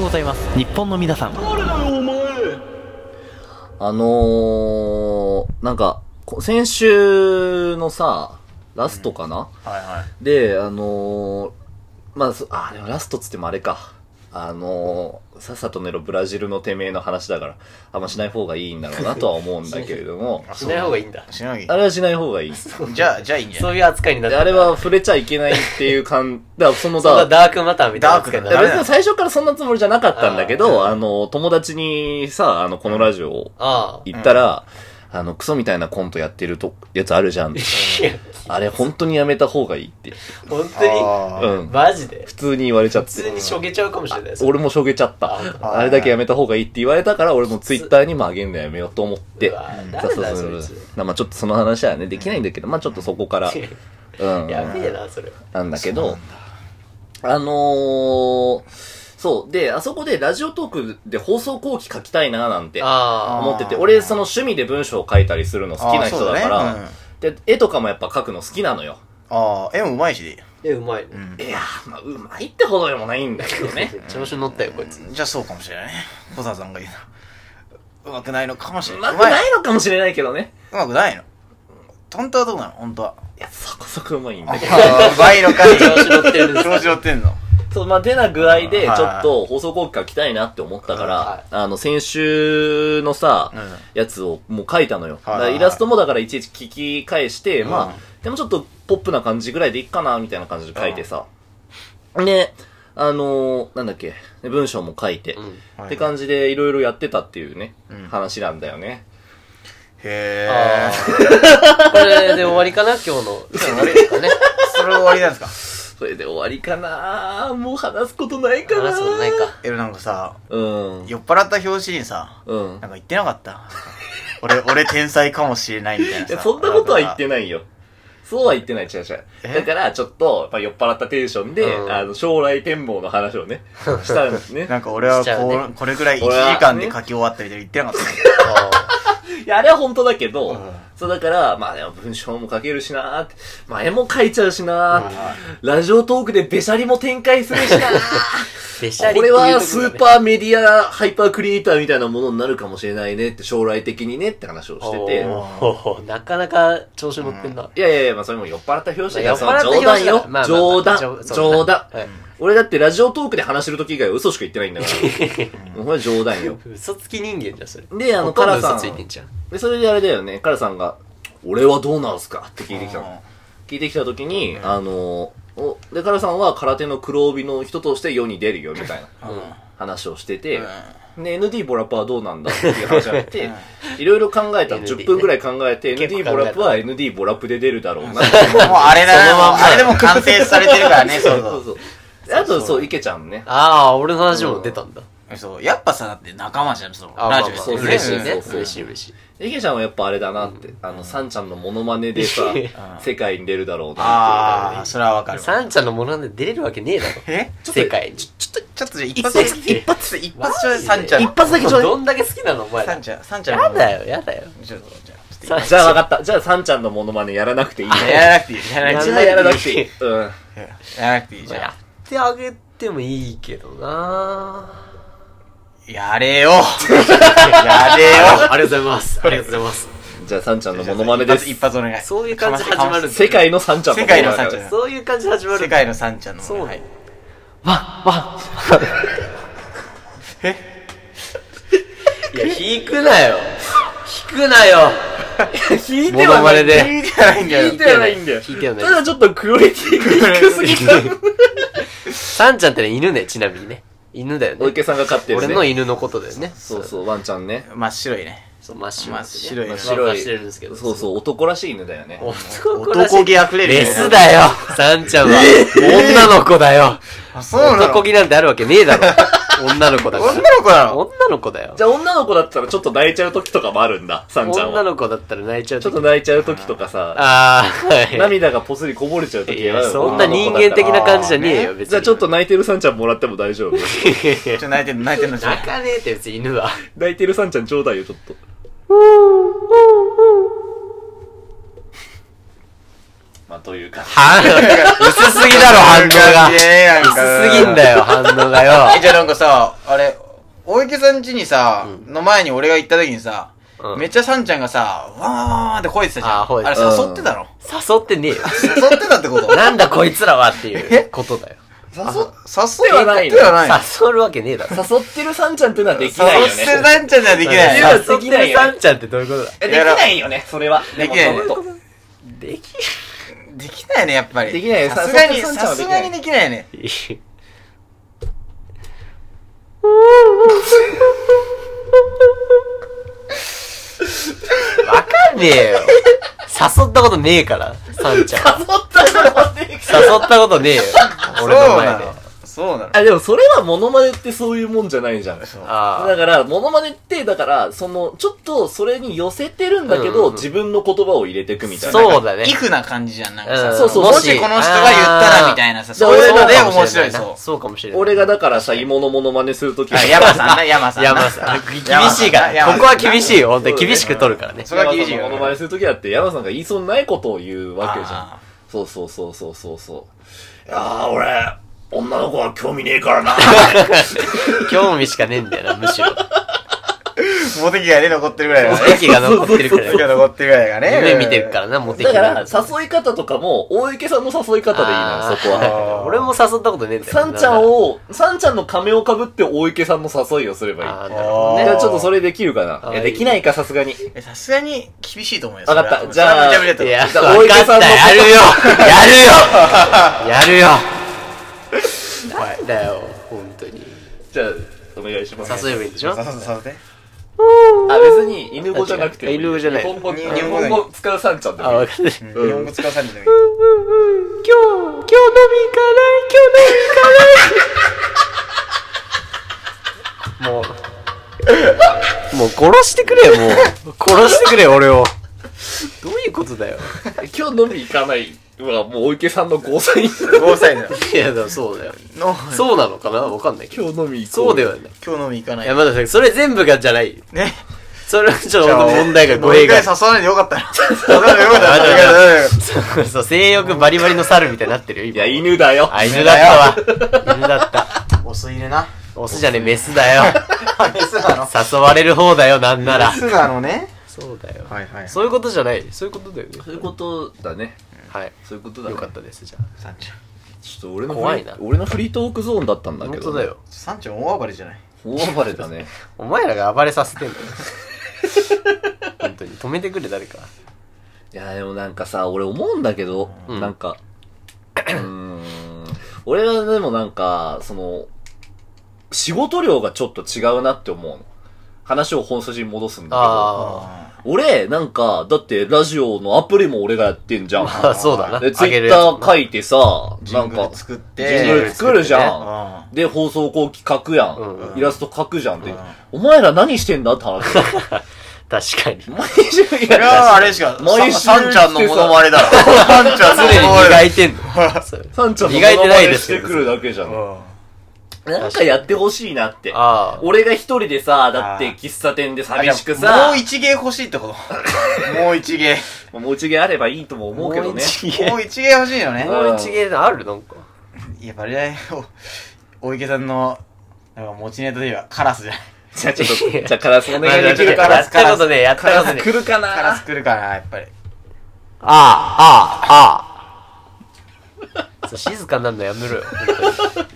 ございます日本の皆さんあのー、なんか、こ先週のさ、ラストかな、はいはい。で、あのー、まあそ、あ、でもラストっつってもあれか。あのー、さっさと寝ろブラジルのてめえの話だから、あんましない方がいいんだろうなとは思うんだけれども、あしない方がいいんだしないあれはしない方がいい。じゃあ、じゃあいいんじゃそないういう扱いになっでたあれは触れちゃいけないっていう感、だからそのそんなだ、ダークマターみたいな扱いにいなやっダー別に最初からそんなつもりじゃなかったんだけど、あの、友達にさ、あの、このラジオをたああ行ったら、あの、クソみたいなコントやってると、やつあるじゃん。いやあれ、本当にやめた方がいいって。本あうー当にん。マジで普通に言われちゃっ普通て。にしょげちゃうかもしれないです俺もしょげちゃった。ああれだけやめた方がいいって言われたから、俺もツイッターにもあげるのやめようと思って。うわうん誰だうそいつなまあちょっとその話はね、できないんだけど、まあちょっとそこから、うん。やべえなそれなんだけど、あのー、そう。で、あそこでラジオトークで放送後期書きたいななんてあ思ってて、あー俺その趣味で文章を書いたりするの好きな人だかあら、ーそうねで、絵とかもやっぱ書くの好きなのよ。あー、絵もうまいし。あえうまいねうんい。やー、まあ、うまいってほどでもないんだ けどね。調子乗ったよこいつじゃあそうかもしれないね。小沢さんが言うな。うまくないのかもしうれない。まくないのかもしれないけどね。うまくないの。本当はどうなの本当は。 いや、そこそこうまいんあだけど。ーうまいのかい。調子乗ってるんです調子乗ってんの。そう、まあ、出な具合で、ちょはいっと放送効果来たいなって思ったかはら、あの、先週のさうん、やつをもう書いたのよ。だはいからイラストもだからいちいち聞き返して、うんまあ、でもちょっとポップな感じぐらいでいっかな、みたいな感じで書いてさ。で、あのー、なんだっけ、で文章も書いてう、んはいって感じでいろいろやってたっていうねうん、話なんだよね。へあー。ーこれで終わりかな 今日の終わりですかね。それ終わりなんですかそれで終わりかなもう話すことないかな話すことないかえ、なんかさ、うん。酔っ払った表紙にさ、うなんん。か言ってなかった俺、俺天才かもしれないみたいないさ。や、そんなことは言ってないよ。そうは言ってない、違う違う。えだから、ちょっと、やっぱ酔っ払ったテンションで、うんあの、将来展望の話をね、したんですね。なんか俺はしちゃこうう、これぐらい1時俺は間で書き終わったみたいな言ってなかった。いや、あれは本当だけど、うんそうだから、まあでも文章も書けるしなーって、まあ絵も書いちゃうしなー、ラジオトークでべしゃりも展開するしなーべしゃこりっれていうとこはろスがねーパーメディアハイパークリエイターみたいなものになるかもしれないねって、将来的にねって話をしてて、おーなかなか調子乗ってんな。いやいやいや、まあそれも酔っ払った表紙だ酔っその払った冗談よ。まあまあまあ冗じょ談。そう冗だ談。はい俺だってラジオトークで話してる時以外は嘘しか言ってないんだ から。これは冗談よ。嘘つき人間じゃん、それ。で、あほの、とカんラどさ嘘ん。ついてんじゃん。で、それであれだよね。カラさんが、俺はどうなるすかって聞いてきたの。聞いてきた時に、あの、おで、カラさんは空手の黒帯の人として世に出るよ、みたいなうん話をしててうん、で、ND ボラップはどうなんだっていう話になってうん、 いろいろ考えたの。 ND ね10分くらい考えて、結構 ND 考えたボラップは ND ボラップで出るだろうな。もうあれだそのまんな、まあれでも完成されてるからね、そうそうそそう。であと、そう、池ちゃんね。ああ、俺の話も出たんだ。う。そう、やっぱさ、だって仲間じゃん、その、あーまあラジまオやってあ、るそう嬉しそいうね。そう嬉しい嬉しい。池ちゃんはやっぱあれだなって、あの、サンちゃんのモノマネでさうん、世界に出るだろうなっていう。ああ、それはわかる。サンちゃんのものなんて出れるわけねえだろ。え世界に。ちょっと、ちょっとじゃあ一発発だだけけ、一発、一発ちょうだい、サンちゃん。一発だけちょうだいどんだけ好きなの、お前ら。サンちゃん、サンちゃん。やだよ、やだよ。ちょっと、じゃあ、ちょっサンち じゃあゃ分んかった。じゃあ、サンちゃんのモノマネやらなくていいね。と、やらなくていい。やらなくていじゃあ、やらなくていい。うん。い。やらなくていい、じまあゃやってあげてもいいけどなあ。やれ よ。やれよ。ありがとうございます。ありがとうございます。じゃあ、サンちゃんのモノマネです。一発お願い。そういう感じで始まるんだよ世界のサンちゃんのモノ世マネ。界のサンちゃんそういう感じで始まるんだ世界のサンちゃんの。そうはい。わ、わ。え いや、引くなよ。引くなよ。聞いモてノはマなネい。で。じゃないんだ聞よい。てはないんだよ。聞いてはないただちょっとクオリティが低すぎ た。サンちゃんってね、犬ね、ちなみにね。犬だよおね。池さんが飼ってるね。俺の犬のことだよね。そうそう、ワンちゃんね。真っ白いね。そう、真っ白。真っ白い真ねっ白い白い。してるんですけど。そうそう、男らしい犬だよね。男らしい男気あふれるよメね。スだよ。サンちゃんは。女の子だよ。あ、そうなの男気なんてあるわけねえだろ。女の子だか女ら。の子なの女の子だよじ。ゃあ、女の子だったらちょっと泣いちゃう時とかもあるんだ、サンちゃん女は。の子だったら泣いちゃうちょ時っと泣いちゃう時とかさ、ああ、はい。涙がぽつりこぼれちゃう時いやや、そんな人間的な感じじゃねえよ、別に。じゃあちょっと、泣いてるサンちゃんもらっても大丈夫ちょっと泣いてんの、泣いてんの、じゃ泣かねえって別に犬は。泣いてるサンちゃんちょうだいよちょっとまあ、というか。は薄すぎだろ、反応が。いやいやなんか薄すぎんだよ、反応がよ。えじゃあなんかさ、あれ、大池さん家にさ、うの前に俺が行った時にさ、うんめっちゃさんちゃんがさ、わーわーわーわーって吠えてたじゃん。あー吠えあれてた誘ってたろ、誘ってねえよ。誘ってたってことなんだこいつらはっていうことだよ。誘っ誘はない誘ってはないの。誘るわけねえだろ。誘ってるさんちゃんっていうのはできないよね。誘ってさんちゃんじゃできない。や誘ってるさんちゃんってどういうことだえできないよね、それは。できないねでもちょっとできできないね、やっぱり。できないよさすがに、ささすがにできないね。 わかんねえよ。誘ったことねえから、さんちゃん。誘ったのできない誘ったことねえよ。そう俺の前なで。の。そうなの。あ、でもそれはモノマネってそういうもんじゃないじゃん。だああ。から、モノマネって、だから、その、ちょっとそれに寄せてるんだけうんうんど、うん自分の言葉を入れていくみたいな。そうだねイフな感じじゃん、なんかさ。そうそうもしこの人が言ったらみたいなさ、そういうので面白い、そう。そうかもしれない。俺がだからさ、芋のモノマネするときあ山さんな、山さんな。山さん。厳しいから。ここは厳しいよ。本当に厳しく取るからね。それは厳しいよ山さんのモノマネするときだって、山さんが言いそうにないことを言うわけじゃんあ。そうそうそうそうそうそう。いやー、俺、女の子は興味ねえから な。興味しかねえんだよな、むしろ。モテキがね、残ってるぐらいだね。駅が残ってるくモテキらがい。残ってるぐらいだね。夢見てるからな、モテキだから、が。誘い方とかも、大池さんの誘い方でいいのよ、そこあーは。 俺も誘ったことねえんだよ。サンちゃん。を、サンちゃんの亀をかぶって大池さんの誘いをすればいい。ああ、じなるほどーね。ゃあちょっとそれできるかな。あーいや、できないか、さすがに。え。さすがに厳しいと思うよ。わかったそれはじゃあそれは無茶ぶいりや、だとわだかかっらた。大池さんのやるよやるよやるよなんだよ、本当に。じゃあ、お願いします。誘えばいいんでしょ思う。さささて。あ、別に犬語じゃなくてもいい。あ違う犬語じゃない日本語、日日本語本語使うサンちゃんであ、もいわい。かんない。うんうん日本語使わさんでもいい。今日、今日飲み行かない、今日飲み行かない。もう、もう殺してくれよ、もう。殺してくれよ、俺を。どういうことだよ。今日飲み行かないは、もう大池さんのゴーサイン。 5歳だよ。いや、でもそうだよ。のそうなのかなわかんないけど。今日飲み行こう。そうだよね。今日飲み行かないい。や、まだそれ全部がじゃない。ね。それはちょっと俺の問題が語弊が。飲み会誘わないでよかったな。 誘わないでよかったな。あ誘じわゃあないでよかったなそうそう、性欲バリバリの猿みたいになってるよ、い今。や、犬だよ。あ、犬だったわ。犬だった。お酢入れな。オスじゃねえ、メスだよ。あれ酢なの誘われる方だよ、なんな ら。酢なのね。そうだよ。はいはい。そういうことじゃない。そういうことだよね。そういうことだね。はい。そういうことだね。よかったです、じゃあ。サンちゃん。ちょっと俺のフリ怖いな俺のフリートークゾーンだったんだけ本ど。当だ。よ。サンちゃん大暴れじゃない。大暴れだね。お前らが暴れさせて んだよ。本当に。止めてくれ、誰か。いや、でもなんかさ、俺思うんだけど、うんなんか、うーん、俺はでもなんか、その、仕事量がちょっと違うなって思うの。話を本筋に戻すんだあけど。俺、なんか、だってラジオのアプリも俺がやってんじゃ ん。あ。そうだな。で、ツイあげるッやタつー書いてさ、ジなンんグかル、作っジングルて。作るじゃジンん。うんで、放送後期書くやん,、うんうんイラスト書くじゃんって。うんお前ら何してんだって話。 確かに。毎週いやー、やあれしか、毎週サンサンちゃんのモノマネだろ。サンちゃんの常モにノマ磨ネ いてんの。そうサンちゃんの磨いてないモノマネでしすてけくどるだけじゃん。うんなんかやってほしいなって。ああ。俺が一人でさ、だっあてー喫茶店で寂しくあじゃあさもう、一芸欲しいってこと もう一芸。もうもう一芸あればいいとも思うけどね。もう一芸欲しいよね。もう一芸あるなんか。いや、バリないお、お池さんの、なんか持ちネタで言えばカラスじゃない。じゃあちょっと、じゃあカラスおまあ願いできるかやらっ。たことねえ、やったカこラとス来 ねえ。るかカラスな来るかな、やっぱり。ああ、ああ、ああ。そう静かになるのやめろよ。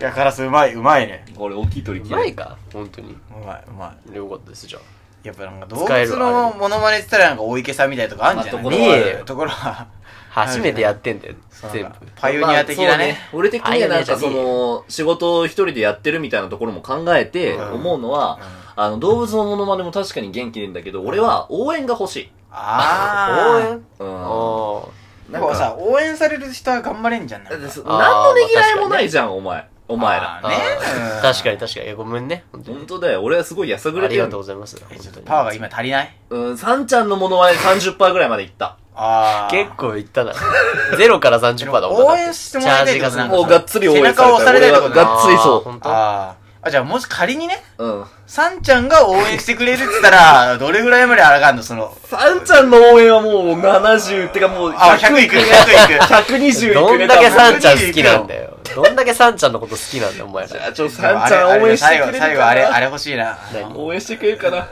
いや、カラスうまい、うまいね。俺大きい鳥う嫌まい。いか本当に。うまい、うまよかったです、じゃあ。い。やっぱなんか動使える物のモノマネって言ったらなんかお池さんみたいなとかあるんじゃないまあところはあるねえところは、初めてやってんだよ、全部。パイオニア的なね。まあそう俺的にはなんかそパイオニアの、仕事を一人でやってるみたいなところも考えてうん思うのは、あの、動物のモノマネも確かに元気でいいんだけど、俺は応援が欲しい。あ応ー。援うん。あなんかさ、応援される人は頑張れんじゃん。なだんっかてそ何のねぎらいもないじゃん、お前。お前あら。あ。ねああ確かに確かに。いや、ごめんね。本当に本当だよ。俺はすごいやさぐあれてりるがんだとうございます。えちょ本っ当とにパワーが今足りないうん、サンちゃんのモノマネ30%ぐらいまでいった。ああ。結構いったな。ゼロから30%だもんな応援してもらえてるってことなんだもチャージがすごういがっつり応援された背中よ。を押されたりとか俺はがっつりあーそ本当ああ、じゃあもし仮にね、うん。サンちゃんが応援してくれるって言ったら、 どれぐらいまで抗うのその、サンちゃんの応援はもう70ってかもう100あ、100いく、100い く。 120どんだけサンちゃん好きだなんだよ。どんだけサンちゃんのこと好きなんだよ、お前ら。ちょ、でもサあンれちゃん応援して最くれ後、るかな最後、あれ、あれ欲しいな。応援してくれるかな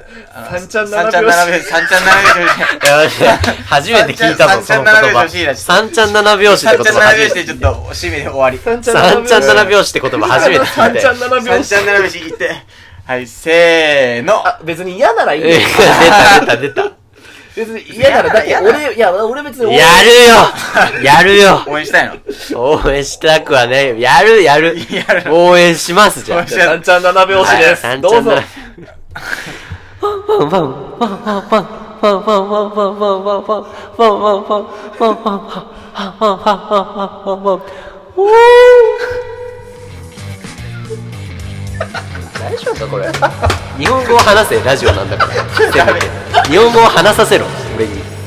サンちゃんサンち7ゃん秒並べ、サンちゃん並べて、いや待って初めて聞いたぞ、そサンのち言ゃんサンちゃん七拍子欲しい葉。なサンちゃサンちゃんん七拍子って言並べ葉初めして、て。ちょっと、おしめで終わり。サンサンちゃん七秒拍子って言葉初めてサ聞ンいちたゃよん。7秒ちゃん並べし行って、はい、せーの。あ、別に嫌ならいいよえ 出た出た出別に嫌なら、だって俺、いや、俺別にた。応援やるよやるよ応援したいの応援したくはねえよ。やるやるやる応援しますじゃん。応援しサンちゃん7拍子ですサンちどゃうんぞの。大丈夫かこれ日本語を話せラジオなんだからせめて日本語を話させろ俺に